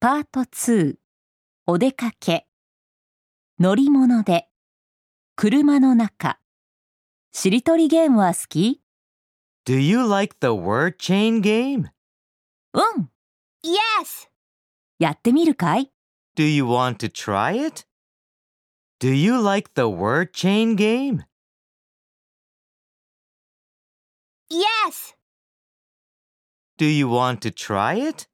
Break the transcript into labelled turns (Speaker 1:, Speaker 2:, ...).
Speaker 1: パート2お出かけ乗り物で車の中しりとりゲームは好き
Speaker 2: Do you like the word chain game?
Speaker 1: うん
Speaker 3: Yes.
Speaker 1: やってみるかい
Speaker 2: Do you want to try it? Do you like the word chain game?
Speaker 3: Yes.
Speaker 2: Do you want to try it?